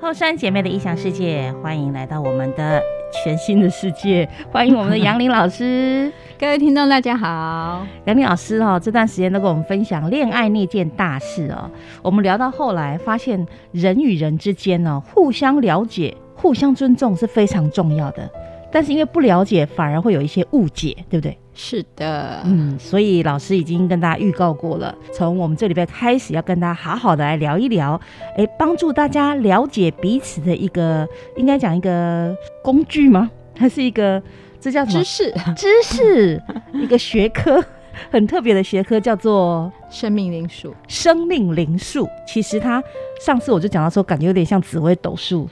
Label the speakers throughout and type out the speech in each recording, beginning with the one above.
Speaker 1: 洛杉姐妹的异想世界，欢迎来到我们的全新的世界， 欢迎我们的杨林老师。
Speaker 2: 各位听众，大家好。
Speaker 1: 杨林老师哦，这段时间都跟我们分享恋爱那件大事哦。我们聊到后来，发现人与人之间哦，互相了解、互相尊重是非常重要的。但是因为不了解，反而会有一些误解，对不对？
Speaker 2: 是的，
Speaker 1: 嗯，所以老师已经跟大家预告过了，从我们这礼拜开始要跟大家好好的来聊一聊，哎，帮助大家了解彼此的一个，应该讲一个工具吗？ 还是一个这叫什么
Speaker 2: 知识、
Speaker 1: 知识？ 一个学科， 很特别的学科叫做
Speaker 2: 生命灵数，
Speaker 1: 生命灵数。其实它上次我就讲到说，感觉有点像紫微斗数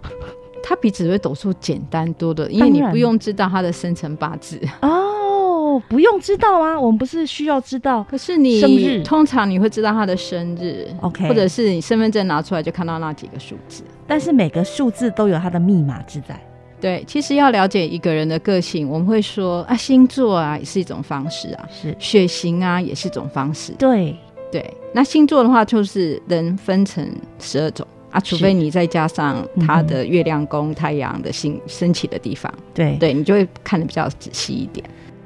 Speaker 2: 它比紫微斗数简单多了，因为你
Speaker 1: 当然
Speaker 2: 不用知道它的生辰 八字。
Speaker 1: 哦， 不用知道啊，我们不是需要知道
Speaker 2: 可是你
Speaker 1: 生日
Speaker 2: 通常你会知道它的生日
Speaker 1: OK
Speaker 2: 或者是你身份证拿出来就看到那几个数字。
Speaker 1: 但是每个数字都有它的密码之在。
Speaker 2: 对，其实要了解一个人的个性，我们会说啊，星座啊也是一种方式啊，
Speaker 1: 是
Speaker 2: 血型啊也是一种方式。
Speaker 1: 对，
Speaker 2: 对，那星座的话就是人分成十二种啊，除非你再加上它的月亮宫、太阳的星升起的地方，
Speaker 1: 对
Speaker 2: 对你就会看得比较仔细一点。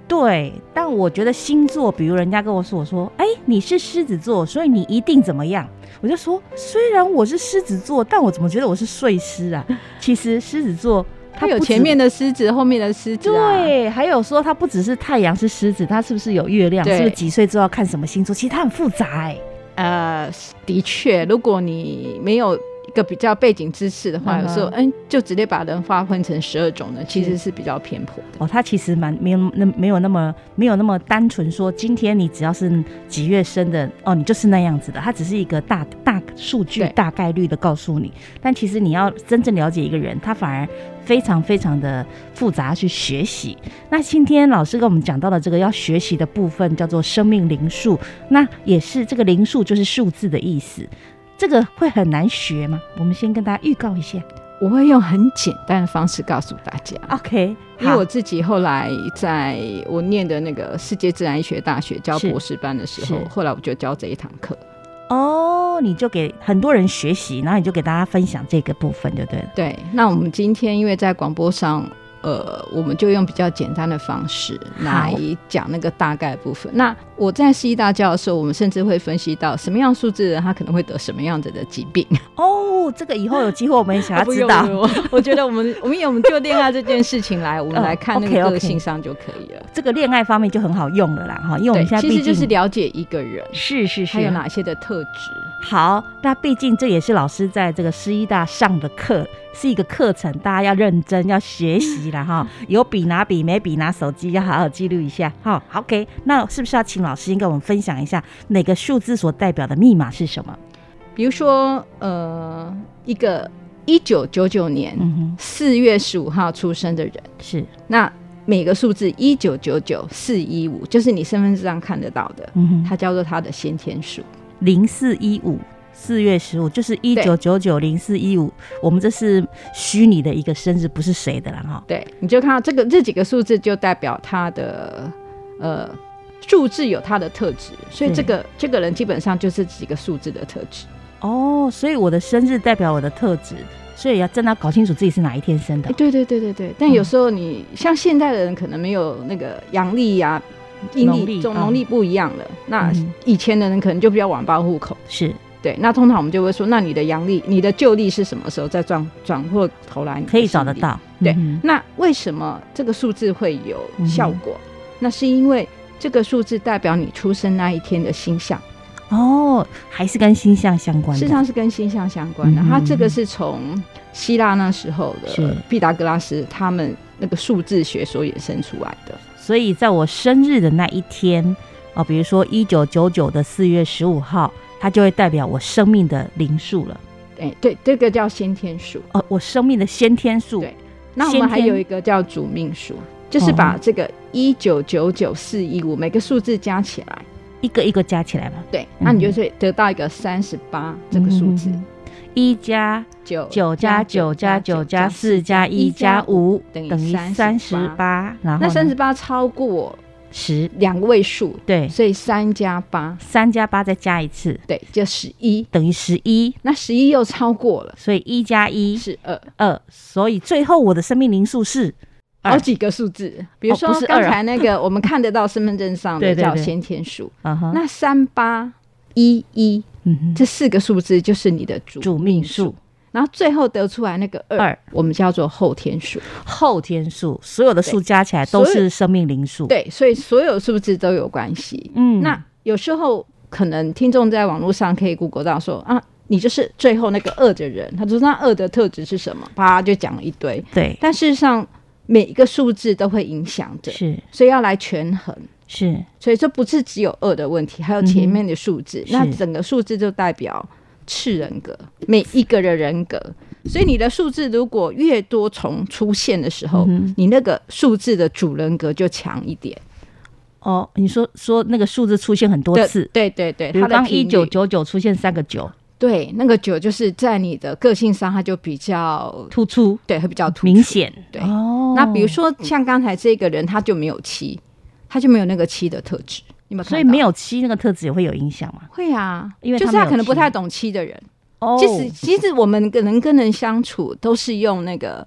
Speaker 1: 对，但我觉得星座，比如人家跟我说，我说，哎、你是狮子座，所以你一定怎么样？我就说，虽然我是狮子座，但我怎么觉得我是睡狮啊？其实狮子座它
Speaker 2: 它有
Speaker 1: 不止
Speaker 2: 前面的狮子，后面的狮子、啊，，
Speaker 1: 对，还有说它不只是太阳是狮子，它是不是有月亮？是
Speaker 2: 对
Speaker 1: 不是几岁之后要看什么星座？其实它很复杂、哎，
Speaker 2: 呃，的确，如果你没有一个比较背景知识的
Speaker 1: 嗯
Speaker 2: 话，
Speaker 1: 哼
Speaker 2: 有时候嗯，就直接把人划分成十二种呢，其
Speaker 1: 是
Speaker 2: 实是比较偏颇的。
Speaker 1: 哦，它其实蛮没有那没有那么没有那么单纯说，今天你只要是几月生的，哦，你就是那样子的。它只是一个大大数据、
Speaker 2: 对
Speaker 1: 大概率的告诉你，但其实你要真正了解一个人，他反而非常非常的复杂去学习。那今天老师跟我们讲到的这个要学习的部分叫做生命灵数，那也是这个灵数就是数字的意思。这个会很难学吗？我们先跟大家预告一下。
Speaker 2: 我会用很简单的方式告诉大家。
Speaker 1: OK，
Speaker 2: 因为
Speaker 1: 好
Speaker 2: 我自己后来在我念的那个世界自然医学大学教
Speaker 1: 是
Speaker 2: 博士班的时候
Speaker 1: 是，
Speaker 2: 后来我就教这一堂课。
Speaker 1: 哦，你就给很多人学习，然后你就给大家分享这个部分就对了。
Speaker 2: 对，那我们今天因为在广播上，呃，我们就用比较简单的方式
Speaker 1: 好
Speaker 2: 来讲那个大概部分。那我在西医大教的时候，我们甚至会分析到什么样数字的人他可能会得什么样子的疾病。
Speaker 1: 哦，这个以后有机会 我们也想 要
Speaker 2: 啊不
Speaker 1: 知
Speaker 2: 用
Speaker 1: 道
Speaker 2: 不。用我觉得我们我们我们就恋爱这件事情来，我们
Speaker 1: 嗯
Speaker 2: 来看那个
Speaker 1: OK，OK
Speaker 2: 个性上就可以了。
Speaker 1: 这个恋爱方面就很好用了啦，哈，因为我们
Speaker 2: 对
Speaker 1: 现，在
Speaker 2: 其
Speaker 1: 毕
Speaker 2: 实
Speaker 1: 竟
Speaker 2: 就是了解一个人，
Speaker 1: 是啊是
Speaker 2: 他有
Speaker 1: 是，
Speaker 2: 哪些的特质。
Speaker 1: 好，那毕竟这也是老师在这个师一大上的课，是一个课程，大家要认真要学习了 哈。有笔拿笔，没笔拿手机，要好好记录一下哈。好 OK，那是不是要请老师先跟我们分享一下每个数字所代表的密码是什么？
Speaker 2: 比如说，呃，一个一九九九年
Speaker 1: 嗯哼，
Speaker 2: 四月十五号出生的人，
Speaker 1: 是，
Speaker 2: 那每个数字一九九九四一五，就是你身份证上看得到的，
Speaker 1: 嗯哼。
Speaker 2: 它叫做它的先天数。
Speaker 1: 零四一五，四月十五，就是一九九九零四一五。我们这是虚拟的一个生日，不是谁的啦哈。
Speaker 2: 对，你就看到这个这几个数字就代表他的呃数字有它的特质，所以
Speaker 1: 对
Speaker 2: 这个这个人基本上就是几个数字的特质。
Speaker 1: 哦，所以我的生日代表我的特质，所以要真的要搞清楚自己是哪一天生的嗯
Speaker 2: 哎，。对对对对对，但有时候你、像现代的人可能没有那个阳历呀、阴
Speaker 1: 农历
Speaker 2: 历，种
Speaker 1: 嗯
Speaker 2: 农历不一样了。那
Speaker 1: 嗯
Speaker 2: 以前的人可能就比较晚报户口，
Speaker 1: 是
Speaker 2: 对。那通常我们就会说，那你的阳历、你的旧历是什么时候再转转过头来，
Speaker 1: 可以找得。到。
Speaker 2: 对
Speaker 1: 嗯哼
Speaker 2: 那为什么这个数字会有效果？
Speaker 1: 嗯
Speaker 2: 那是因为这个数字代表你出生那一天的星象，
Speaker 1: 哦，还是跟星象相关
Speaker 2: 事
Speaker 1: 的。
Speaker 2: 实上是跟星象相关的。
Speaker 1: 嗯
Speaker 2: 它这个是从希腊那时候
Speaker 1: 是
Speaker 2: 的毕达哥拉斯他们那个数字学所衍生出来的。
Speaker 1: 所以在我生日的那一天，哦，比如说一九九九的四月十五号，它就会代表我生命的灵数了。
Speaker 2: 哎、对，这个叫先天数。
Speaker 1: 哦，我生命的先天数。
Speaker 2: 对那我们还
Speaker 1: 先天
Speaker 2: 有一个叫主命数，就是
Speaker 1: 哦
Speaker 2: 把这个一九九九四一五每个数字加起来，
Speaker 1: 一个一个加起来嘛。
Speaker 2: 对，那你就是得到一个三十八这个数
Speaker 1: 嗯
Speaker 2: 字，
Speaker 1: 一加
Speaker 2: 九
Speaker 1: 九加九加九加四加一加。五等于
Speaker 2: 等于
Speaker 1: 三十
Speaker 2: 38
Speaker 1: 八，然后
Speaker 2: 那
Speaker 1: 呢
Speaker 2: 三十八超过
Speaker 1: 十
Speaker 2: 两位数，
Speaker 1: 对，
Speaker 2: 所以三加八，
Speaker 1: 三加八再加一次
Speaker 2: 对，就十一。
Speaker 1: 等于十一，
Speaker 2: 那十一又超过了，
Speaker 1: 所以一加一
Speaker 2: 是二，
Speaker 1: 二，所以最后我的生命灵数是二
Speaker 2: 好几个数字。比如
Speaker 1: 哦
Speaker 2: 说
Speaker 1: 不是
Speaker 2: 刚
Speaker 1: 二啊
Speaker 2: 才那个，我 们看得到身份证上
Speaker 1: 对
Speaker 2: 的
Speaker 1: 对
Speaker 2: 叫
Speaker 1: 对
Speaker 2: 先天数。
Speaker 1: 啊哈，
Speaker 2: 那三八一一
Speaker 1: 嗯哼
Speaker 2: 这四个数字就是你的主
Speaker 1: 主命数、
Speaker 2: 然后最后得出来那个二，
Speaker 1: 二
Speaker 2: 我们叫做后天数。
Speaker 1: 后天数，所有的数加起来都
Speaker 2: 所
Speaker 1: 是
Speaker 2: 有
Speaker 1: 生命灵数。，
Speaker 2: 对，所以所有数字都有关系。
Speaker 1: 嗯，
Speaker 2: 那有时候可能听众在网络上可以 Google 到说啊，你就是最后那个恶的人，他就说那恶的特质是什么，啪就讲了一堆。
Speaker 1: 对
Speaker 2: 但事实上，每一个数字都会影响着，
Speaker 1: 是
Speaker 2: 所以要来权衡。
Speaker 1: 是
Speaker 2: 所以这不是只有恶的问题，还有前面的数字。
Speaker 1: 嗯是
Speaker 2: 那整个数字就代表次人格，每一个的人格。所以你的数字如果越多重出现的时
Speaker 1: 嗯
Speaker 2: 候，你那个数字的主人格就强一点。
Speaker 1: 哦，你说说那个数字出现很多
Speaker 2: 对
Speaker 1: 次，
Speaker 2: 对对对，
Speaker 1: 比如
Speaker 2: 它的
Speaker 1: 刚
Speaker 2: 频
Speaker 1: 一
Speaker 2: 率
Speaker 1: 九九九出现三个九，
Speaker 2: 对，那个九就是在你的个性上，它就比较
Speaker 1: 突出
Speaker 2: 对，会比较突出
Speaker 1: 明。显。
Speaker 2: 对
Speaker 1: 哦，
Speaker 2: 那比如说像刚才这个人，他就没有七，他就没有那个七的特质，你们
Speaker 1: 所以没
Speaker 2: 有
Speaker 1: 有七那个特质也会有影响嘛？
Speaker 2: 会啊，
Speaker 1: 因为
Speaker 2: 就是
Speaker 1: 他没
Speaker 2: 他
Speaker 1: 有
Speaker 2: 可能不
Speaker 1: 七
Speaker 2: 太懂七的人。
Speaker 1: 哦
Speaker 2: 其实其实我们可能跟人相处都是用那个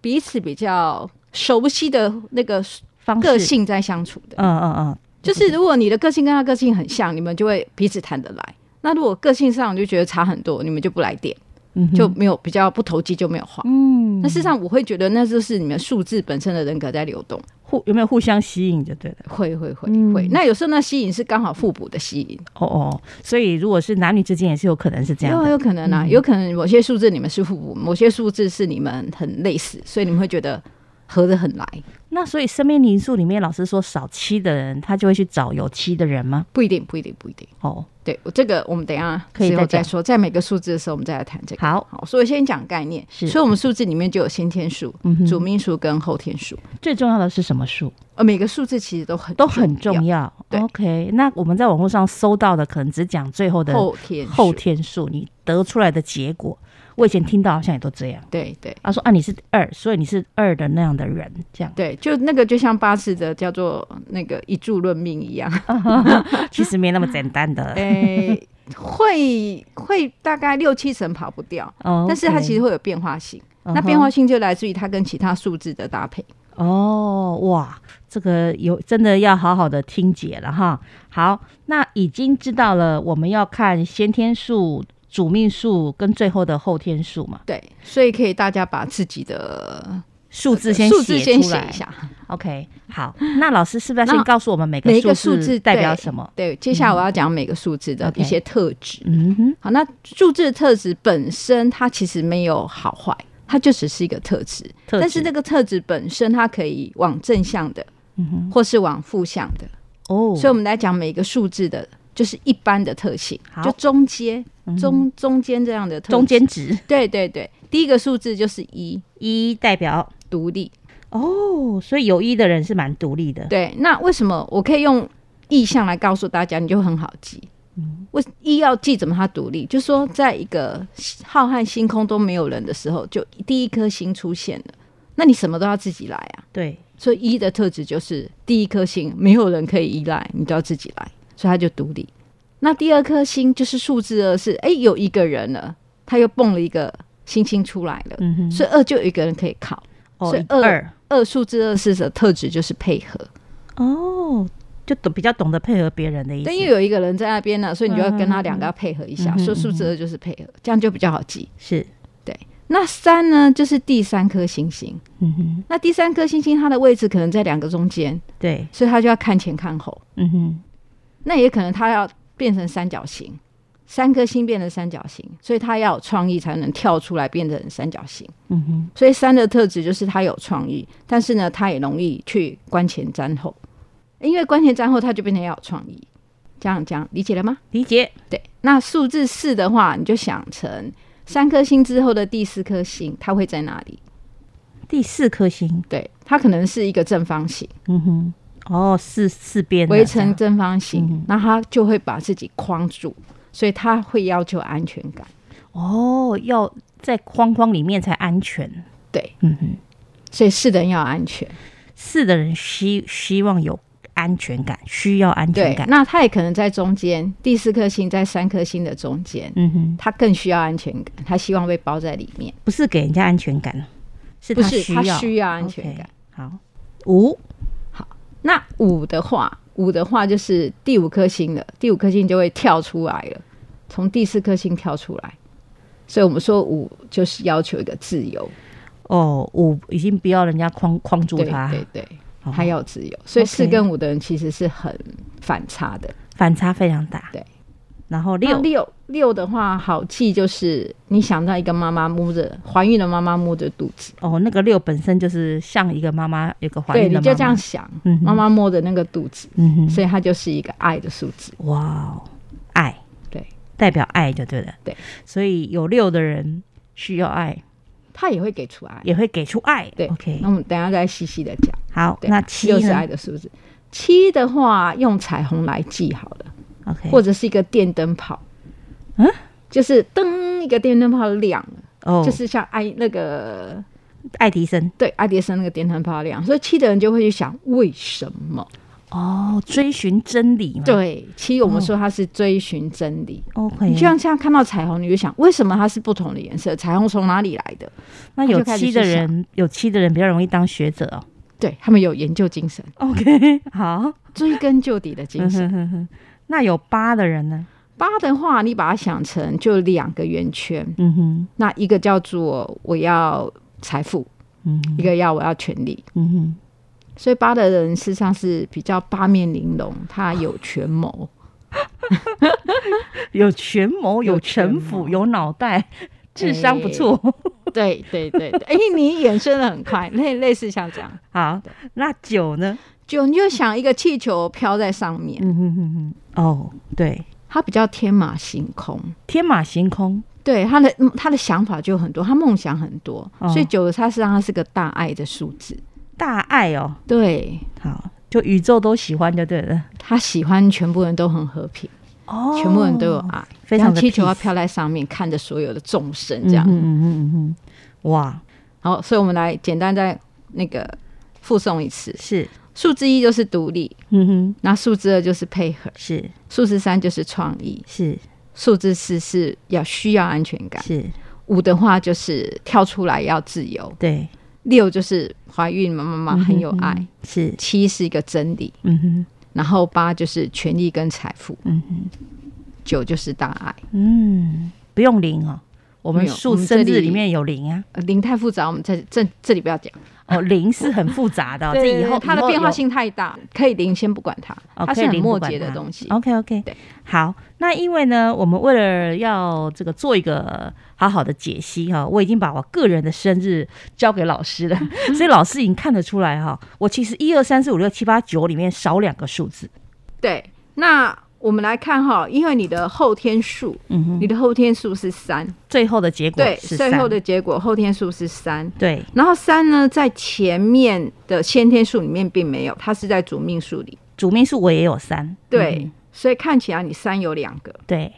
Speaker 2: 彼此比较熟悉的那个
Speaker 1: 方式
Speaker 2: 个，性在相处的。
Speaker 1: 嗯嗯嗯，
Speaker 2: 就是如果你的个性跟他个性很像，你们就会彼此谈得来。那如果个性上你就觉得差很多，你们就不来电，
Speaker 1: 嗯哼
Speaker 2: 就没有比较不投机，就没有话。
Speaker 1: 嗯，
Speaker 2: 那事实上，我会觉得那就是你们数字本身的人格在流动，
Speaker 1: 互有没有互相吸引就对了。
Speaker 2: 会会会
Speaker 1: 嗯
Speaker 2: 会。那有时候那吸引是刚好互补的吸引，
Speaker 1: 哦哦，所以如果是男女之间也是有可能是这样
Speaker 2: 有
Speaker 1: 的。嗯
Speaker 2: 有可能啊，有可能某些数字你们是互补，某些数字是你们很类似，所以你们会觉得合得很来，
Speaker 1: 那所以生命灵数里面，老师说少七的人，他就会去找有七的人吗？
Speaker 2: 不一定，不一定，不一定。
Speaker 1: 哦，
Speaker 2: 对我这个，我们等一下
Speaker 1: 可以
Speaker 2: 之后
Speaker 1: 再
Speaker 2: 再
Speaker 1: 讲
Speaker 2: 说，在每个数字的时候，我们再来谈这个。
Speaker 1: 好，
Speaker 2: 好，所以我先讲概念。
Speaker 1: 是
Speaker 2: 所以我们数字里面就有先天数、
Speaker 1: 嗯哼
Speaker 2: 主命数跟后天数，
Speaker 1: 最重要的是什么数
Speaker 2: 呃，每个数字其实都很
Speaker 1: 都很重要。
Speaker 2: 对
Speaker 1: OK，那我们在网络上搜到的，可能只讲最后的
Speaker 2: 后天
Speaker 1: 后
Speaker 2: 数
Speaker 1: 天数，你得出来的结果，我以前听到好像也都这样。
Speaker 2: 对对
Speaker 1: 他说啊，你是二，所以你是二的那样的人，这样
Speaker 2: 对，就那个就像八字的叫做那个一柱论 命一样，
Speaker 1: 其实没那么简单 的。
Speaker 2: 哎，会会大概六七成跑不掉，
Speaker 1: 哦，嗯
Speaker 2: 但是它其实
Speaker 1: 实
Speaker 2: 会有变化性。那变化性就来自于它跟其他数字的搭配。
Speaker 1: 哦，哇，这个有真的要好好的听解了哈。好，那已经知道了，我们要看先天数、主命数跟最后的后天数嘛，
Speaker 2: 对，所以可以大家把自己的
Speaker 1: 数字先
Speaker 2: 数字先
Speaker 1: 出
Speaker 2: 写
Speaker 1: 来
Speaker 2: 一。下。
Speaker 1: OK，好，那老师是不是要先
Speaker 2: 那
Speaker 1: 告诉我们每
Speaker 2: 每一
Speaker 1: 个
Speaker 2: 个
Speaker 1: 数
Speaker 2: 数字
Speaker 1: 字代表什么？
Speaker 2: 对，接下来我要讲每个数字的
Speaker 1: 嗯 OK
Speaker 2: 一些特质。
Speaker 1: 嗯哼，
Speaker 2: 好，那数字的特质本身它其实没有好坏，它就只是一个特质。
Speaker 1: 特
Speaker 2: 但是
Speaker 1: 质
Speaker 2: 那个特质本身，它可以往正向的，
Speaker 1: 嗯哼
Speaker 2: 或是往负向的。
Speaker 1: 哦，
Speaker 2: 所以我们来讲每个数字的，就是一般的特性
Speaker 1: 好，
Speaker 2: 就中间、
Speaker 1: 嗯哼
Speaker 2: 中中间这样的特质
Speaker 1: 中。间值
Speaker 2: 对对对，第一个数字就是一，
Speaker 1: 一代表
Speaker 2: 独立。
Speaker 1: 哦，所以有一的人是蛮独立的。
Speaker 2: 对，那为什么我可以用意象来告诉大家，你就很好记？为一要记怎么它独立，就说在一个浩瀚星空都没有人的时候，就第一颗星出现了，那你什么都要自己来啊。
Speaker 1: 对，
Speaker 2: 所以一的特质就是第一颗星没有人可以依赖，你都要自己来，所以它就独立。那第二颗星就是数字二是，哎，有一个人了，他又蹦了一个星星出来了，
Speaker 1: 嗯哼，
Speaker 2: 所以二就有一个人可以靠。
Speaker 1: 哦
Speaker 2: 所以
Speaker 1: 一
Speaker 2: 二
Speaker 1: 二
Speaker 2: 二数字二是的特质就是配合，
Speaker 1: 哦，就懂比较懂得配合别人的意思
Speaker 2: 但。因为有一个人在那边呢，所以你就要跟他两个要配合一下，
Speaker 1: 嗯哼嗯
Speaker 2: 说数字二就是配合，这样就比较好记。
Speaker 1: 是，
Speaker 2: 那三呢，就是第三颗星星。
Speaker 1: 嗯哼，
Speaker 2: 那第三颗星星它的位置可能在两个中间，
Speaker 1: 对，
Speaker 2: 所以它就要看前看后。
Speaker 1: 嗯哼，
Speaker 2: 那也可能它要变成三角形，三颗星变成三角形，所以它要有创意才能跳出来变成三角形。
Speaker 1: 嗯哼，
Speaker 2: 所以三的特质就是它有创意，但是呢，它也容易去观前瞻后，因为观前瞻后，它就变成要有创意。这样这样理解了吗？
Speaker 1: 理解。
Speaker 2: 对，那数字四的话，你就想成三颗星之后的第四颗星，它会在哪里？
Speaker 1: 第四颗星，
Speaker 2: 对，它可能是一个正方形，
Speaker 1: 嗯哼，哦，四四边的
Speaker 2: 围
Speaker 1: 这
Speaker 2: 成
Speaker 1: 样嗯
Speaker 2: 正方形，那它就会把自己框住，所以它会要求安全感。
Speaker 1: 哦，要在框框里面才安全。
Speaker 2: 对，
Speaker 1: 嗯哼，
Speaker 2: 所以四的人要安全。
Speaker 1: 四的人希希望有安全感，需要安全
Speaker 2: 对
Speaker 1: 感，。
Speaker 2: 那他也可能在中间，第四颗星在三颗星的中间，
Speaker 1: 嗯哼，
Speaker 2: 他更需要安全感，他希望被包在里面，
Speaker 1: 不是给人家安全感，是
Speaker 2: 不
Speaker 1: 他
Speaker 2: 是
Speaker 1: 需
Speaker 2: 他
Speaker 1: 要
Speaker 2: 需要安全感。。
Speaker 1: OK，好，五
Speaker 2: 那五的话，五的话就是第五颗星了，第五颗星就会跳出来了，从第四颗星跳出来。所以我们说五就是要求一个自由，
Speaker 1: 哦，五已经不要人家框框住
Speaker 2: 对
Speaker 1: 他，
Speaker 2: 对对，
Speaker 1: 哦
Speaker 2: 他要自由。所以
Speaker 1: OK
Speaker 2: 四跟五的人其实是很反差的。
Speaker 1: 反差非常大。
Speaker 2: 对，
Speaker 1: 然后
Speaker 2: 那
Speaker 1: 六
Speaker 2: 六六的话，好记就是你想到一个妈妈摸着怀孕的妈妈摸着肚子，
Speaker 1: 哦，那个六本身就是像一个妈妈，有个怀
Speaker 2: 对，
Speaker 1: 孕
Speaker 2: 你
Speaker 1: 的
Speaker 2: 就
Speaker 1: 妈
Speaker 2: 这样
Speaker 1: 妈，
Speaker 2: 想，
Speaker 1: 嗯哼
Speaker 2: 妈妈摸着那个肚子，
Speaker 1: 嗯哼，
Speaker 2: 所以它就是一个爱的数字。
Speaker 1: 哇哦，爱
Speaker 2: 对，
Speaker 1: 代表爱就对了。
Speaker 2: 对，
Speaker 1: 所以有六的人需要爱，
Speaker 2: 它也会给出爱。
Speaker 1: 也会给出爱。
Speaker 2: 对
Speaker 1: ，OK，
Speaker 2: 那我们等一下再细细的讲。
Speaker 1: 好，
Speaker 2: 对，
Speaker 1: 那七
Speaker 2: 又是爱
Speaker 1: 呢
Speaker 2: 的数字。七的话，用彩虹来记好了，
Speaker 1: ？OK，
Speaker 2: 或者是一个电灯泡，
Speaker 1: 嗯，
Speaker 2: 就是灯一个电灯泡亮了，
Speaker 1: 哦，
Speaker 2: 就是像爱那个
Speaker 1: 爱迪生
Speaker 2: 对爱迪生那个电灯泡亮，所以七的人就会去想为什么？
Speaker 1: 哦，追寻真理嘛。
Speaker 2: 对，七我们说它是追寻真理。
Speaker 1: ，OK，
Speaker 2: 你就像像看到彩虹，你就想为什么它是不同的颜色？彩虹从哪里来的？
Speaker 1: 那
Speaker 2: 他
Speaker 1: 有
Speaker 2: 就开始
Speaker 1: 七
Speaker 2: 去
Speaker 1: 的人，有七的人比较容易当学者哦。
Speaker 2: 对他们有研究精神，
Speaker 1: OK，好，
Speaker 2: 追根究底的精
Speaker 1: 嗯
Speaker 2: 神。
Speaker 1: 哼哼哼。那有八的人呢？
Speaker 2: 八的话，你把它想成就两个圆圈，
Speaker 1: 嗯哼，
Speaker 2: 那一个叫做我要财富，
Speaker 1: 嗯
Speaker 2: 一个要我要权利。
Speaker 1: 嗯哼，
Speaker 2: 所以八的人事实上是比较八面玲珑，他有权谋，
Speaker 1: 有权谋，有
Speaker 2: 有权
Speaker 1: 城府，有脑袋，智商不错。
Speaker 2: 对对对 对，哎、你衍生的很快，类类似像这样，
Speaker 1: 好，那九呢？
Speaker 2: 就你就想一个气球飘在上面，
Speaker 1: 嗯哼哼哼。哦，对，
Speaker 2: 他比较天马行空，
Speaker 1: 天马行空。
Speaker 2: 对他的嗯他的想法就很多，他梦想很多，
Speaker 1: 哦
Speaker 2: 所以九的他实际上他是个大爱的数字，
Speaker 1: 大爱哦，
Speaker 2: 对
Speaker 1: 好，就宇宙都喜欢就对了。
Speaker 2: 他喜欢全部人都很和平，
Speaker 1: 哦
Speaker 2: 全部人都有爱，
Speaker 1: 非常
Speaker 2: 像
Speaker 1: 的
Speaker 2: 气球要
Speaker 1: peace
Speaker 2: 飘在上面，看着所有的众生这样。
Speaker 1: 嗯嗯嗯嗯嗯，哇，
Speaker 2: 好，所以我们来简单再那个附送一次：
Speaker 1: 是，
Speaker 2: 数字一就是独立，
Speaker 1: 嗯哼，
Speaker 2: 那数字二就是配合，
Speaker 1: 是
Speaker 2: 数字三就是创意，
Speaker 1: 是
Speaker 2: 数字四是要需要安全感，
Speaker 1: 是，
Speaker 2: 五的话就是跳出来要自由，
Speaker 1: 对，
Speaker 2: 六就是怀孕妈妈妈
Speaker 1: 嗯
Speaker 2: 很有爱，
Speaker 1: 是，
Speaker 2: 七是一个真理，
Speaker 1: 嗯哼，
Speaker 2: 然后八就是权利跟财富，
Speaker 1: 嗯哼，
Speaker 2: 九就是大爱。
Speaker 1: 嗯，不用零哦，我们
Speaker 2: 没有
Speaker 1: 数
Speaker 2: 我们
Speaker 1: 生
Speaker 2: 这
Speaker 1: 日
Speaker 2: 里
Speaker 1: 里面有零啊，
Speaker 2: 呃零太复杂，我们在这这里不要讲。
Speaker 1: 哦，零是很复杂 的哦，这
Speaker 2: 对
Speaker 1: 以后
Speaker 2: 它的变化。性太大，可以零先不管它，
Speaker 1: 哦
Speaker 2: 它
Speaker 1: 可
Speaker 2: 是
Speaker 1: 以
Speaker 2: 很
Speaker 1: 零
Speaker 2: 末
Speaker 1: 不管
Speaker 2: 节的
Speaker 1: 它
Speaker 2: 东西。
Speaker 1: OK OK，
Speaker 2: 对，
Speaker 1: 好，那因为呢，我们为了要这个做一个好好的解析哈、我已经把我个人的生日交给老师了，所以老师已经看得出来哈、我其实一二三四五六七八九里面少两个数字，
Speaker 2: 对，那我们来看哈，因为你的后天数，
Speaker 1: 嗯哼，
Speaker 2: 你的后天数是三，
Speaker 1: 最后的结果
Speaker 2: 对，
Speaker 1: 是
Speaker 2: 最后
Speaker 1: 三
Speaker 2: 的结果后天数是三。
Speaker 1: 对
Speaker 2: 然后三呢，在前面的先天数里面并没有，它是在主命数里。
Speaker 1: 主命数我也有三，
Speaker 2: 对，
Speaker 1: 嗯
Speaker 2: 所以看起来你三有两个，
Speaker 1: 对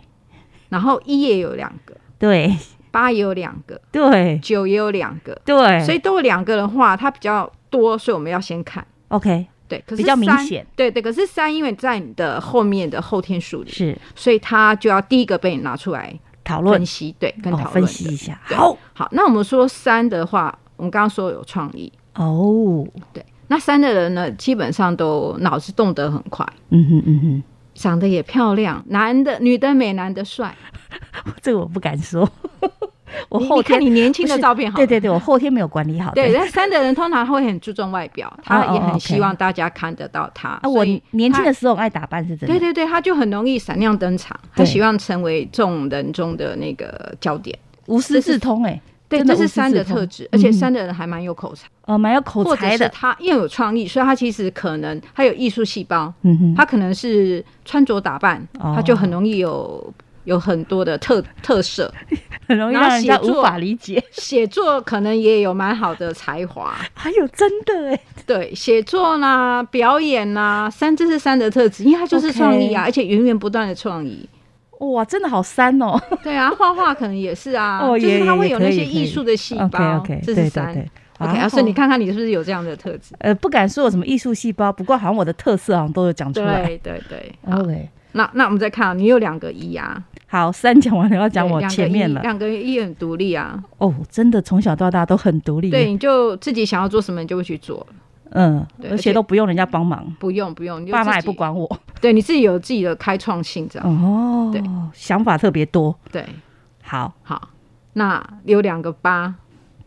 Speaker 2: 然后一也有两个，
Speaker 1: 对
Speaker 2: 八也有两个，
Speaker 1: 对
Speaker 2: 九也有两个，
Speaker 1: 对，
Speaker 2: 所
Speaker 1: 以
Speaker 2: 以都有两个的话，它比较多，所以我们要先看。
Speaker 1: OK
Speaker 2: 对，可是
Speaker 1: 比较明
Speaker 2: 三
Speaker 1: 显。
Speaker 2: 对对，可是三因为在你的后面的后天数里，
Speaker 1: 是
Speaker 2: 所以它就要第一个被你拿出来
Speaker 1: 讨论
Speaker 2: 分析，对，跟
Speaker 1: 哦
Speaker 2: 讨论
Speaker 1: 分
Speaker 2: 的、
Speaker 1: 析一下，
Speaker 2: 对
Speaker 1: 好
Speaker 2: 好，那我们说三的话，我们刚刚说有创意，
Speaker 1: 哦，
Speaker 2: 对。那三的人呢，基本上都脑子动得很快，
Speaker 1: 嗯哼嗯哼。
Speaker 2: 长得也漂亮，男的、女的美，男的帅。
Speaker 1: 这个我不敢 说。我
Speaker 2: 你
Speaker 1: 后
Speaker 2: 你看
Speaker 1: 天
Speaker 2: 你年轻
Speaker 1: 不
Speaker 2: 的
Speaker 1: 是
Speaker 2: 照片好，
Speaker 1: 对对。对，我后天没有管理好。
Speaker 2: 对，，那三的人通常会很注重外 表，他也
Speaker 1: 哦，OK
Speaker 2: 很希望大家看得到他。
Speaker 1: 啊，我
Speaker 2: 所以
Speaker 1: 年轻
Speaker 2: 他
Speaker 1: 的时候爱打扮是真
Speaker 2: 对
Speaker 1: 的。
Speaker 2: 对对，他就很容易闪亮登场，他
Speaker 1: 对
Speaker 2: 希望成为众人中的那个焦点。
Speaker 1: 无师自通哎，
Speaker 2: 对，
Speaker 1: 真的
Speaker 2: 这
Speaker 1: 无
Speaker 2: 是
Speaker 1: 师
Speaker 2: 三的
Speaker 1: 自通
Speaker 2: 特质，而且三的人还蛮有口才，
Speaker 1: 呃，蛮有口
Speaker 2: 或者
Speaker 1: 才
Speaker 2: 是
Speaker 1: 的。
Speaker 2: 他因为有创意，所以他其实可能他有艺术细胞，
Speaker 1: 嗯哼，
Speaker 2: 他可能是穿着打扮，
Speaker 1: 哦
Speaker 2: 他就很容易有有很多的特特色。
Speaker 1: 很容易
Speaker 2: 然后
Speaker 1: 让人家
Speaker 2: 写作
Speaker 1: 无法理解。
Speaker 2: 写作可能也有蛮好的 才华，
Speaker 1: 还有真的哎，
Speaker 2: 对，写作啦、表演啦，三这是三的特质，因为他就是
Speaker 1: OK
Speaker 2: 创意啊，而且源源不断的创意。
Speaker 1: 哇，真的好三哦。
Speaker 2: 对啊，画画可能也是啊，
Speaker 1: 哦
Speaker 2: 就
Speaker 1: 也
Speaker 2: 是他
Speaker 1: 也
Speaker 2: 会
Speaker 1: 也
Speaker 2: 有
Speaker 1: 可
Speaker 2: 那
Speaker 1: 以也
Speaker 2: 些
Speaker 1: 可以
Speaker 2: 艺术的细
Speaker 1: OK
Speaker 2: 胞
Speaker 1: OK，
Speaker 2: 这
Speaker 1: 对对
Speaker 2: 是三
Speaker 1: 对。
Speaker 2: OK，啊，所以你看看你是不是有这样的特质？
Speaker 1: 呃，不敢说有什么艺术细胞，不过好像我的特色好像都有讲出来。
Speaker 2: 对对对，好，
Speaker 1: OK，
Speaker 2: 那那我们再看啊，你有两个一啊，
Speaker 1: 好，三讲完了，要讲
Speaker 2: 对
Speaker 1: 我
Speaker 2: 两个
Speaker 1: 前面
Speaker 2: 一
Speaker 1: 了。
Speaker 2: 两个一很独立啊，
Speaker 1: 哦，真的从小到大都很独立。
Speaker 2: 对，，你就自己想要做什么你就会去做，
Speaker 1: 嗯，
Speaker 2: 对
Speaker 1: 而
Speaker 2: 而且
Speaker 1: 且都不用人家帮忙，
Speaker 2: 不用不用，你就
Speaker 1: 爸妈
Speaker 2: 自
Speaker 1: 也
Speaker 2: 己
Speaker 1: 不，管 我。
Speaker 2: 对，你自己有自己的开创性，这样
Speaker 1: 哦，
Speaker 2: 对，
Speaker 1: 想法特别多。
Speaker 2: 对，
Speaker 1: 好，
Speaker 2: 好，那有两个八。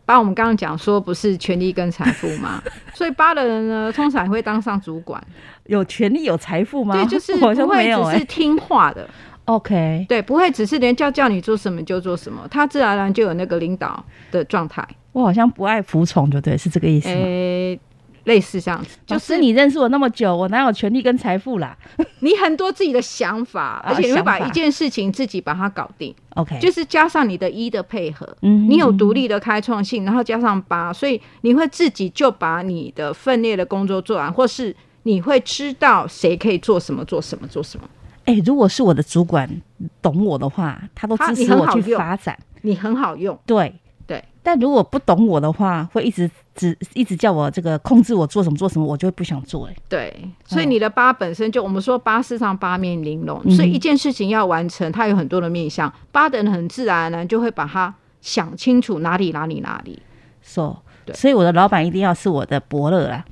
Speaker 2: 八，我们刚刚讲说不是权力跟财富 嘛，所以八的人呢，通常也会当上主管，
Speaker 1: 有权利有财富吗？
Speaker 2: 对，就是
Speaker 1: 我好像
Speaker 2: 不会
Speaker 1: 没有哎、
Speaker 2: 只是听话的，
Speaker 1: OK，
Speaker 2: 对，不会只是人家叫你做什么就做什么，他自然而然就有那个领导的状态，
Speaker 1: 我好像不爱服从，就对，是这个意思 吗？
Speaker 2: 诶、类似这样子，就
Speaker 1: 老
Speaker 2: 是
Speaker 1: 师，
Speaker 2: 你
Speaker 1: 你认识我那么久，我哪有权利跟财富啦
Speaker 2: 你很多自己的想法，而且你会
Speaker 1: 哦想
Speaker 2: 把
Speaker 1: 法
Speaker 2: 一件事情自己把它搞定，
Speaker 1: ？OK，
Speaker 2: 就是加上你的一的配合，
Speaker 1: 嗯
Speaker 2: 你有独立的开创性，然后加上八，所以你会自己就把你的分内的工作做完，或是你会知道谁可以做什么，做什么，做什么，
Speaker 1: 哎、如果是我的主管懂我的话，他都支
Speaker 2: 他啊你
Speaker 1: 持
Speaker 2: 很
Speaker 1: 我
Speaker 2: 好
Speaker 1: 去
Speaker 2: 用
Speaker 1: 发展。
Speaker 2: 你很好用。
Speaker 1: 对
Speaker 2: 对。
Speaker 1: 但如果不懂我的话，会一直只一直叫我这个控制我做什么做什么，我就会不想做、哎，
Speaker 2: 对，所以你的八本身就、我们说八是上八面玲珑，
Speaker 1: 嗯
Speaker 2: 所以一件事情要完成，它有很多的面向。八的人很自然而然就会把它想清楚哪里哪里哪里。
Speaker 1: 说、
Speaker 2: 对
Speaker 1: 所以我的老板一定要是我的伯乐啦，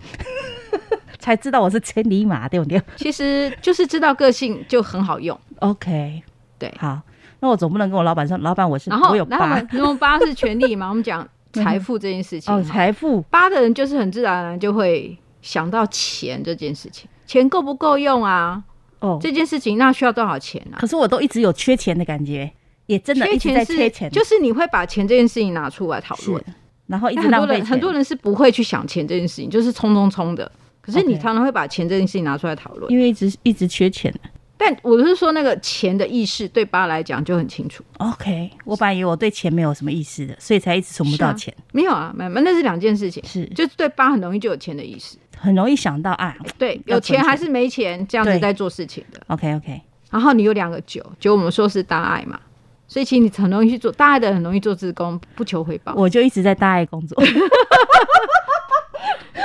Speaker 1: 才知道我是千里马，对不对
Speaker 2: 其实就是知道个性就很好 用。
Speaker 1: ？OK，
Speaker 2: 对
Speaker 1: 好，那我总不能跟我老板说，老板我是
Speaker 2: 然后
Speaker 1: 我有，
Speaker 2: 然后我
Speaker 1: 八
Speaker 2: 们因为八是权力嘛，我们讲财富这件事情
Speaker 1: 哦，
Speaker 2: 嘛。
Speaker 1: 财富
Speaker 2: 嗯八的人就是很自然而然就会想到钱这件事情，钱够不够用啊？
Speaker 1: 哦，
Speaker 2: 这件事情那需要多少钱啊？
Speaker 1: 可是我都一直有缺钱的感觉，也真的一直在
Speaker 2: 是
Speaker 1: 缺钱，
Speaker 2: 就是你会把钱这件事情拿出来讨论
Speaker 1: 是。，然后一
Speaker 2: 那
Speaker 1: 直
Speaker 2: 很多
Speaker 1: 浪费
Speaker 2: 人
Speaker 1: 钱，
Speaker 2: 很多人是不会去想钱这件事情，就是冲冲冲的。可是你
Speaker 1: OK
Speaker 2: 常常会把钱这件事情拿出来讨论。
Speaker 1: 因为一直一直缺钱。
Speaker 2: 但我是说，那个钱的意识对爸来讲就很清楚。
Speaker 1: OK，我本来以为我对钱没有什么意思的，所以才一直存不
Speaker 2: 是啊
Speaker 1: 到钱，
Speaker 2: 没有啊，没有，那是两件事情。
Speaker 1: 是
Speaker 2: 就是对爸很容易就有钱的意识，
Speaker 1: 很容易想到啊。
Speaker 2: 对，
Speaker 1: 要
Speaker 2: 有钱
Speaker 1: 存
Speaker 2: 还是没钱这样子
Speaker 1: 对
Speaker 2: 在做事情的。
Speaker 1: OK OK，
Speaker 2: 然后你有两个九，九我们说是大爱嘛，所以其实你很容易去做大爱的，很容易做自工，不求回报。
Speaker 1: 我就一直在大爱工作，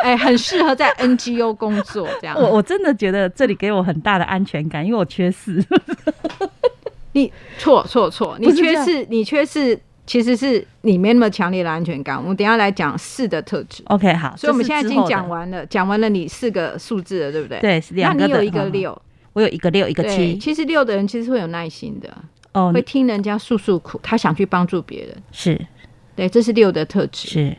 Speaker 2: 哎，很适合在 NGO 工作这样。
Speaker 1: 我我真的觉得这里给我很大的安全感，因为我缺四。
Speaker 2: 你错错错，你
Speaker 1: 不是这
Speaker 2: 缺
Speaker 1: 样
Speaker 2: 是，你缺是，其实是你没那么强烈的安全感。我们等一下来讲四的特质，
Speaker 1: OK，好，
Speaker 2: 所以我们
Speaker 1: 这
Speaker 2: 现
Speaker 1: 是
Speaker 2: 在
Speaker 1: 之
Speaker 2: 已经
Speaker 1: 后的
Speaker 2: 讲完了，讲完了你四个数字了，对不对？。
Speaker 1: 对，是
Speaker 2: 那
Speaker 1: 两
Speaker 2: 你
Speaker 1: 个的
Speaker 2: 有一个
Speaker 1: 嗯
Speaker 2: 六，
Speaker 1: 我有一个六，一个
Speaker 2: 对，
Speaker 1: 七。
Speaker 2: 其实六的人其实会有耐心的，
Speaker 1: 哦
Speaker 2: 会，听人家诉诉苦，他想去帮助别人，
Speaker 1: 是
Speaker 2: 对，这是六的特质。
Speaker 1: 是，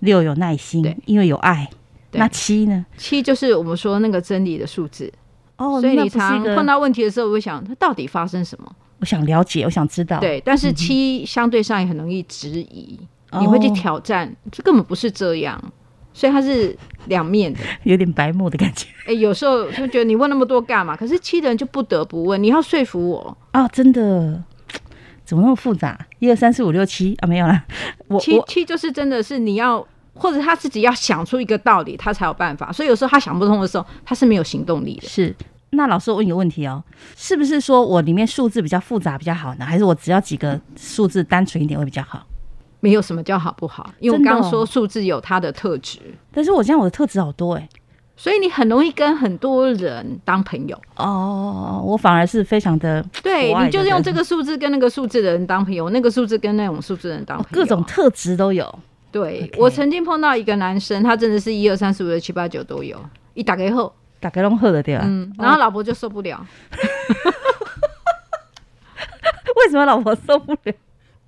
Speaker 1: 六有耐
Speaker 2: 对
Speaker 1: 心，因为有爱。
Speaker 2: 对
Speaker 1: 那七呢？
Speaker 2: 七就是我们说那个真理的数字，
Speaker 1: 哦，
Speaker 2: 所以
Speaker 1: 那
Speaker 2: 你
Speaker 1: 不是
Speaker 2: 常
Speaker 1: 一个
Speaker 2: 碰到问题的时候，我会想它到底发生什么？
Speaker 1: 我想了解，我想知道。，
Speaker 2: 对，但是七相对上也很容易质疑，
Speaker 1: 哦
Speaker 2: 你会去挑战，这根本不是这样，所以它是两 面的。
Speaker 1: 有点白目的感觉。
Speaker 2: 哎、有时候就觉得你问那么多干嘛？可是七的人就不得不问，你要说服我。
Speaker 1: 哦，真的，怎么那么复杂？一二三四五六七啊，没有啦。我
Speaker 2: 七
Speaker 1: 我
Speaker 2: 七就是真的是你要，或者他自己要想出一个道理，他才有办法。所以有时候他想不通的时候，他是没有行动力的。
Speaker 1: 是。那老师，我问你个问题哦，是不是说我里面数字比较复杂比较好呢？还是我只要几个数字单纯一点会比较好？
Speaker 2: 没有什么叫好不好，因为我
Speaker 1: 真的
Speaker 2: 刚刚说
Speaker 1: 哦
Speaker 2: 数字有它的特质，
Speaker 1: 但是我这样我的特质好多哎、
Speaker 2: 所以你很容易跟很多人当朋友。
Speaker 1: 哦，我反而是非常的
Speaker 2: 对
Speaker 1: 我爱
Speaker 2: 你就是
Speaker 1: 的
Speaker 2: 用
Speaker 1: 人
Speaker 2: 这个数字跟那个数字的人当朋友，那个数字跟那种数字的人当朋友，啊
Speaker 1: 哦各种特质都有。
Speaker 2: 对
Speaker 1: OK
Speaker 2: 我曾经碰到一个男生，他真的是一二三四五六七八九都有，一打开后，
Speaker 1: 打开弄喝啊的对吧？
Speaker 2: 嗯，然后老婆就受不了，
Speaker 1: 为什么老婆受不了？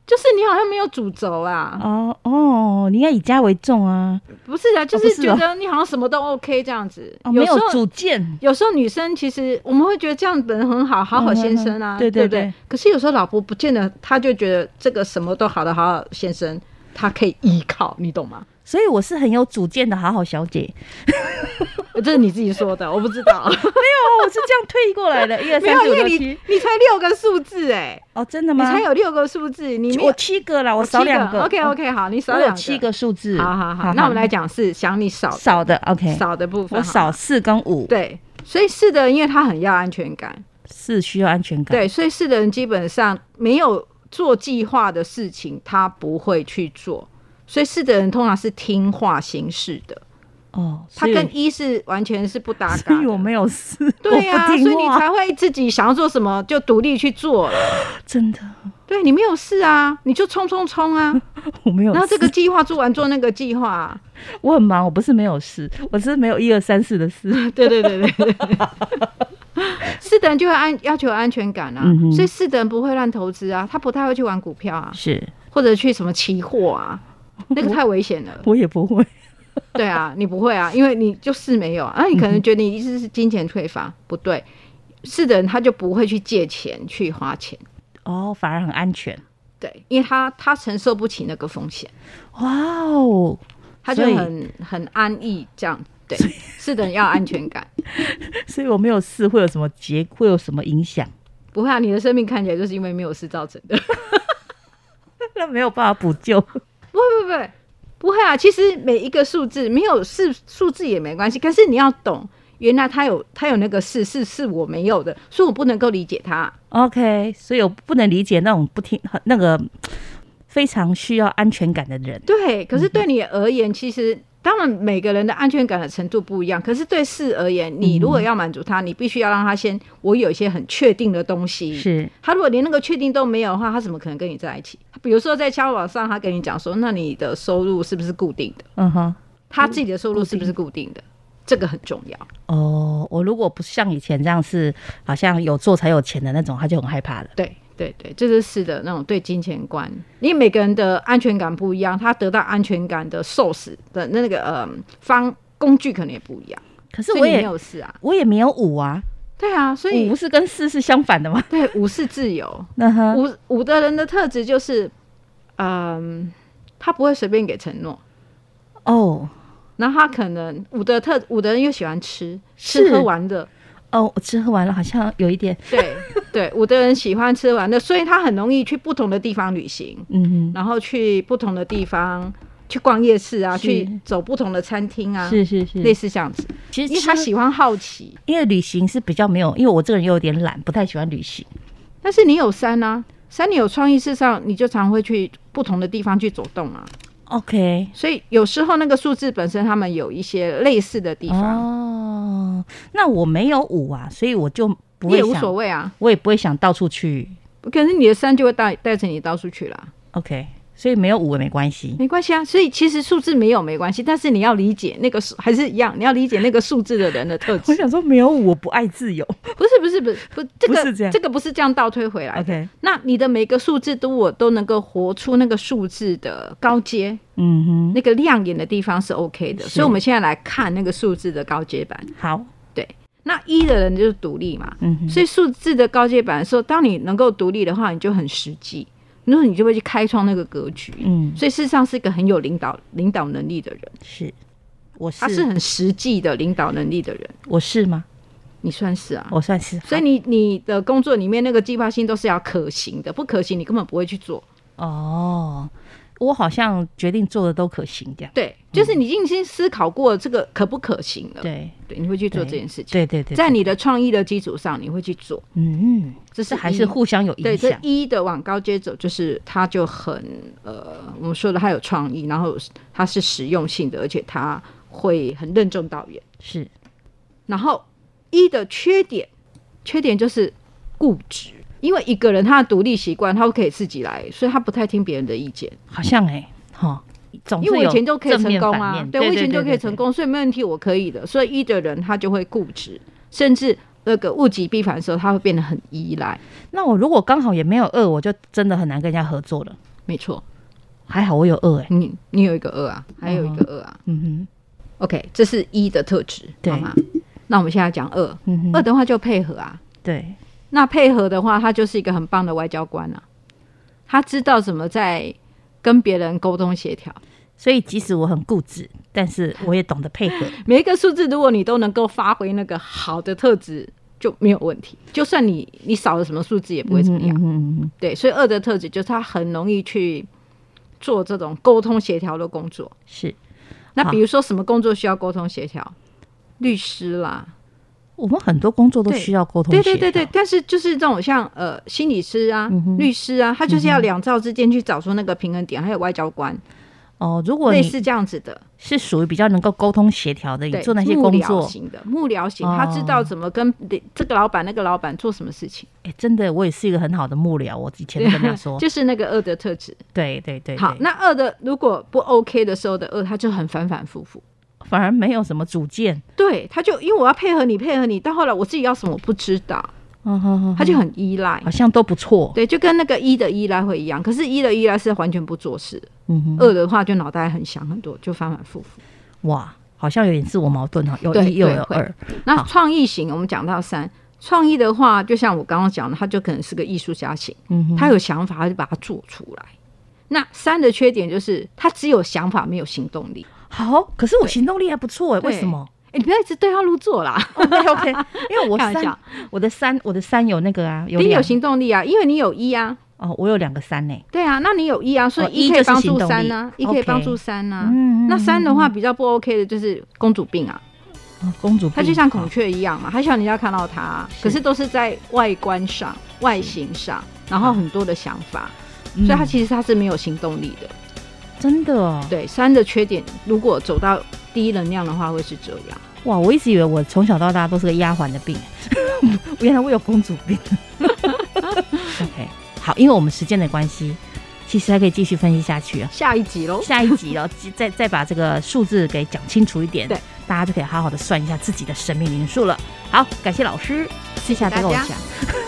Speaker 2: 就是你好像没有主轴啊，
Speaker 1: 哦哦，你应该以家为重啊，
Speaker 2: 不是啊，就
Speaker 1: 不
Speaker 2: 是
Speaker 1: 是
Speaker 2: 觉
Speaker 1: 哦
Speaker 2: 得你好像什么都 OK 这样子，
Speaker 1: 哦、没
Speaker 2: 有时
Speaker 1: 有
Speaker 2: 候。
Speaker 1: 主见。
Speaker 2: 有时候女生其实我们会觉得这样的人很好，好好先生
Speaker 1: 嗯
Speaker 2: 啊，
Speaker 1: 嗯嗯对
Speaker 2: 对
Speaker 1: 对
Speaker 2: 不对
Speaker 1: 对？
Speaker 2: 可是有时候老婆不见得，她就觉得这个什么都好的好好先生，他可以依靠，你懂吗？
Speaker 1: 所以我是很有主见的好好小 姐，
Speaker 2: 这是你自己说的，我不知道。
Speaker 1: 哦，我是这样推过来的，一二
Speaker 2: 没
Speaker 1: 三
Speaker 2: 有，
Speaker 1: 四
Speaker 2: 因
Speaker 1: 五
Speaker 2: 为
Speaker 1: 六
Speaker 2: 你
Speaker 1: 七，
Speaker 2: 你才六个数字哎、
Speaker 1: 哦，真的
Speaker 2: 你
Speaker 1: 吗？
Speaker 2: 才有六个数字，你没
Speaker 1: 我
Speaker 2: 有
Speaker 1: 七个啦，我
Speaker 2: 我
Speaker 1: 哦少两个。
Speaker 2: OK OK，好，你少
Speaker 1: 我
Speaker 2: 两
Speaker 1: 有
Speaker 2: 个，
Speaker 1: 七。个数字。
Speaker 2: 好好好，那我们来讲是想你少
Speaker 1: 少的 OK，
Speaker 2: 少的部分，
Speaker 1: 我少。四跟五，
Speaker 2: 对，所以是的，因为他很要安全感，
Speaker 1: 四需要安全感。，
Speaker 2: 对，所以是的人基本上没有做计划的事情，他不会去做。所以四的人通常是听话行事的，
Speaker 1: 哦，
Speaker 2: 他
Speaker 1: 所以
Speaker 2: 跟一是完全是不搭嘎
Speaker 1: 所以
Speaker 2: 的。
Speaker 1: 我没有事，
Speaker 2: 对呀、
Speaker 1: 我不
Speaker 2: 所
Speaker 1: 听
Speaker 2: 以你
Speaker 1: 话
Speaker 2: 才会自己想要做什么就独立去做了。
Speaker 1: 真的
Speaker 2: 对你没有事啊，你就冲冲冲啊！
Speaker 1: 我没有事。
Speaker 2: 然后这个计划做完做那个计划啊，
Speaker 1: 我很忙，我不是没有事，我是没有一二三四的 事。
Speaker 2: 对对对对对 对。是的人就会安要求安全感啊，
Speaker 1: 嗯哼
Speaker 2: 所以是的人不会乱投资啊，他不太会去玩股票啊，
Speaker 1: 是
Speaker 2: 或者去什么期 货啊，那个太危险了。
Speaker 1: 我也不会，
Speaker 2: 对啊，你不会啊，因为你就是没有啊，啊你可能觉得你一直是金钱匮乏，不对，是的人他就不会去借钱去花钱，
Speaker 1: 哦，反而很安全。
Speaker 2: 对，因为他他承受不起那个风险，
Speaker 1: 哇哦，
Speaker 2: 他就
Speaker 1: 所以
Speaker 2: 很很安逸这样。对，是的人要安全感，
Speaker 1: 所以我没有事会有什么结，会有什么影响？
Speaker 2: 不怕你的生命看起来就是因为没有事造成的。
Speaker 1: 那没有办法补救。
Speaker 2: 不会不会不会不会啊！其实每一个数字没有是数字也没关系，但是你要懂，原来他有他有那个是是是我没有的，所以我不能够理解他。
Speaker 1: OK，所以我不能理解那种不听那个非常需要安全感的人。
Speaker 2: 对，可是对你而言，其实当然每个人的安全感的程度不一样，可是对事而言，你如果要满足他，你必须要让他先我有一些很确定的东西。
Speaker 1: 是
Speaker 2: 他如果连那个确定都没有的话，他怎么可能跟你在一起？比如说在交往上，他跟你讲说，那你的收入是不是固定的？
Speaker 1: 嗯哼，
Speaker 2: 他自己的收入是不是固定的？这个很重要。
Speaker 1: 哦，我如果不像以前这样是好像有做才有钱的那种，他就很害怕了。
Speaker 2: 对对对，这是是的那种对金钱观，因为每个人的安全感不一样，他得到安全感的 source 的那个呃方工具可能也不一样，
Speaker 1: 可是
Speaker 2: 所
Speaker 1: 我
Speaker 2: 以你没
Speaker 1: 也
Speaker 2: 有事啊，
Speaker 1: 我也没有五啊，
Speaker 2: 对嗯啊，所以
Speaker 1: 五是跟四是相反的嘛。
Speaker 2: 对五是自由，
Speaker 1: 那哈，
Speaker 2: 五五的人的特质就是，嗯、他不会随便给承诺，
Speaker 1: 哦
Speaker 2: 然后他可能五的特五的人又喜欢吃
Speaker 1: 是
Speaker 2: 吃喝玩乐，
Speaker 1: 哦，我吃喝完了好像有一点，
Speaker 2: 对对，五的人喜欢吃玩乐，所以他很容易去不同的地方旅行，
Speaker 1: 嗯
Speaker 2: 然后去不同的地方去逛夜市啊，
Speaker 1: 是
Speaker 2: 去走不同的餐厅啊
Speaker 1: 哼，，是是是
Speaker 2: 类，似这样子，
Speaker 1: 其
Speaker 2: 因
Speaker 1: 实
Speaker 2: 为他
Speaker 1: 吃
Speaker 2: 喜欢好奇。
Speaker 1: 因为旅行是比较没有，因为我这个人又有点懒，不太喜欢旅行。
Speaker 2: 但是你有山啊，山你有创意，事实上你就常会去不同的地方去走动啊，
Speaker 1: OK，
Speaker 2: 所以有时候那个数字本身他们有一些类似的地方，
Speaker 1: 哦，那我没有五啊，所以我就不
Speaker 2: 你
Speaker 1: 会
Speaker 2: 也无所
Speaker 1: 想，
Speaker 2: 谓啊。
Speaker 1: 我也不会想到处去。
Speaker 2: 可是你的山就会带带着你到处去啦，
Speaker 1: OK，所以没有五也没关系。
Speaker 2: 没关系啊。所以其实数字没有没关系，但是你要理解那个数还是一样，你要理解那个数字的人的特质
Speaker 1: 我。想说，没有五我不爱自由。
Speaker 2: 不是不是不是不，这
Speaker 1: 不是
Speaker 2: 个
Speaker 1: 这样
Speaker 2: 个不是这样倒推回来的。
Speaker 1: OK
Speaker 2: 那你的每个数字都我都能够活出那个数字的高阶，
Speaker 1: 嗯哼，
Speaker 2: 那个亮眼的地方是 OK 的。
Speaker 1: 是
Speaker 2: 所以我们现在来看那个数字的高阶版。
Speaker 1: 好，
Speaker 2: 那一的人就是独立嘛，
Speaker 1: 嗯哼，
Speaker 2: 所以数字的高阶版的时候，当你能够独立的话，你就很实际，然后你就会去开创那个格局。
Speaker 1: 嗯，
Speaker 2: 所以事实上是一个很有领导领导能力的人，
Speaker 1: 是，我是
Speaker 2: 他啊是很实际的领导能力的人，
Speaker 1: 我是吗？
Speaker 2: 你算是啊。
Speaker 1: 我算是。
Speaker 2: 所以你你的工作里面那个计划性都是要可行的，不可行你根本不会去做。
Speaker 1: 好哦，我好像决定做的都可行，这样。
Speaker 2: 对，就是你已经先思考过这个可不可行了，
Speaker 1: 对，
Speaker 2: 对，你会去做这件事情。
Speaker 1: 对对对，
Speaker 2: 在你的创意的基础上，你会去做。
Speaker 1: 嗯，这
Speaker 2: 这是
Speaker 1: 还是
Speaker 2: 一
Speaker 1: 互相有
Speaker 2: 对
Speaker 1: 影
Speaker 2: 这
Speaker 1: 响。
Speaker 2: 一的往高阶走，就是它就很呃，我们说的它有创意，然后它是实用性的，而且它会很任重道远。
Speaker 1: 是
Speaker 2: 然后一的缺点，缺点就是固执，因为一个人他的独立习惯，他可以自己来，所以他不太听别人的意见。
Speaker 1: 好像哎、哈、总哦
Speaker 2: 因
Speaker 1: 是
Speaker 2: 为我以
Speaker 1: 有
Speaker 2: 前就可以
Speaker 1: 正
Speaker 2: 成
Speaker 1: 面
Speaker 2: 功
Speaker 1: 反
Speaker 2: 啊
Speaker 1: 面，
Speaker 2: 对我以前就可以成。功，所以没问题，我可以的。所以一的人他就会固执，甚至那个物极必反的时候，他会变得很依赖。
Speaker 1: 那我如果刚好也没有二，我就真的很难跟人家合作了。
Speaker 2: 没错，
Speaker 1: 还好我有二哎、
Speaker 2: 你你有一个二啊，还有一个二啊。
Speaker 1: 嗯
Speaker 2: OK，这是一的特质，
Speaker 1: 对
Speaker 2: 好吗？那我们现在讲二，
Speaker 1: 哼，嗯
Speaker 2: 二
Speaker 1: 哼，
Speaker 2: 的话就配合啊。
Speaker 1: 对，
Speaker 2: 那配合的话，他就是一个很棒的外交官啊，他知道怎么在跟别人沟通协调。
Speaker 1: 所以即使我很固执，但是我也懂得配合。
Speaker 2: 每一个数字，如果你都能够发挥那个好的特质，就没有问题。就算你你少了什么数字，也不会怎么样。
Speaker 1: 嗯嗯
Speaker 2: 对，所以二的特质就是他很容易去做这种沟通协调的工作。
Speaker 1: 是
Speaker 2: 那
Speaker 1: 好
Speaker 2: 比如说什么工作需要沟通协调？律师啦，
Speaker 1: 我们很多工作都
Speaker 2: 对
Speaker 1: 需要沟通
Speaker 2: 对
Speaker 1: 协
Speaker 2: 对对对
Speaker 1: 调，。
Speaker 2: 但是就是这种像呃
Speaker 1: 嗯
Speaker 2: 心理师啊、律师啊，他就是要两造之间去找出那个平衡点，还有外交官，
Speaker 1: 哦，如果
Speaker 2: 类
Speaker 1: 你
Speaker 2: 似这样子的，
Speaker 1: 是属于比较能够沟通协调的，你
Speaker 2: 对，
Speaker 1: 做那些
Speaker 2: 幕
Speaker 1: 工
Speaker 2: 僚
Speaker 1: 作，
Speaker 2: 型的幕僚型，他知道
Speaker 1: 哦
Speaker 2: 怎么跟这个老板那个老板做什么事情。
Speaker 1: 哎，真的，我也是一个很好的幕僚，我以前 都跟他说，
Speaker 2: 就是那个恶的特质。
Speaker 1: 对对对，
Speaker 2: 好，
Speaker 1: 对
Speaker 2: 那恶的如果不 OK 的时候的恶，他就很反反复复。
Speaker 1: 反而没有什么主见，
Speaker 2: 对，他就因为我要配合你，配合你，到后来我自己要什么我不知道，
Speaker 1: 嗯哼哼
Speaker 2: 他就很依赖
Speaker 1: 好。像都不错，
Speaker 2: 对，就跟那个一的依赖会一样，可是，一的依赖是完全不做事，
Speaker 1: 嗯哼，
Speaker 2: 二的话就脑袋很想很多，就反反复复。
Speaker 1: 哇，好像有点自我矛盾哈，有
Speaker 2: 对
Speaker 1: 一又
Speaker 2: 对
Speaker 1: 有
Speaker 2: 会
Speaker 1: 二，
Speaker 2: 那
Speaker 1: 好
Speaker 2: 创意型，我们讲到三，创意的话，就像我刚刚讲的，他就可能是个艺术家型，
Speaker 1: 嗯哼，
Speaker 2: 他有想法他就把它做出来。那三的缺点就是他只有想法没有行动力。
Speaker 1: 好，可是我行动力还不错哎，为
Speaker 2: 对
Speaker 1: 什 么
Speaker 2: 哎、你不要一直对号入座啦。
Speaker 1: 哦？OK OK，因 为我
Speaker 2: 开玩
Speaker 1: 三
Speaker 2: 笑，
Speaker 1: 我的三，我的三有那个啊，有
Speaker 2: 你有
Speaker 1: 两
Speaker 2: 行动力啊，因为你有一啊，
Speaker 1: 哦，我有两个三呢，
Speaker 2: 对啊，那你有一啊，所
Speaker 1: 哦
Speaker 2: 以
Speaker 1: 一
Speaker 2: 一可
Speaker 1: 就
Speaker 2: 以
Speaker 1: 是
Speaker 2: 帮
Speaker 1: 行
Speaker 2: 助
Speaker 1: 动
Speaker 2: 三
Speaker 1: 力
Speaker 2: 呐、一可以
Speaker 1: OK
Speaker 2: 帮助三呐、啊
Speaker 1: 嗯
Speaker 2: 那三的话比较不 OK 的就是公主病啊，
Speaker 1: 哦公主病，
Speaker 2: 它就像
Speaker 1: 好
Speaker 2: 孔雀一样嘛，它希望人家看到它啊，
Speaker 1: 是
Speaker 2: 可是都是在外观上、外形上，然后很多的想法，
Speaker 1: 嗯
Speaker 2: 所以它其实它是没有行动力的。
Speaker 1: 真的哦，
Speaker 2: 对，三的缺点如果走到低能量的话会是这样，
Speaker 1: 哇，我一直以为我从小到大都是个丫鬟的病， 原来我有公主病。OK，好，因为我们时间的关系，其实还可以继续分析下去啊。
Speaker 2: 下一集喽。
Speaker 1: 下一集哦， 再再把这个数字给讲清楚一点，
Speaker 2: 对，
Speaker 1: 大家就可以好好的算一下自己的生命灵数了。好，感谢老师，接下来再跟我
Speaker 2: 谢谢大
Speaker 1: 讲。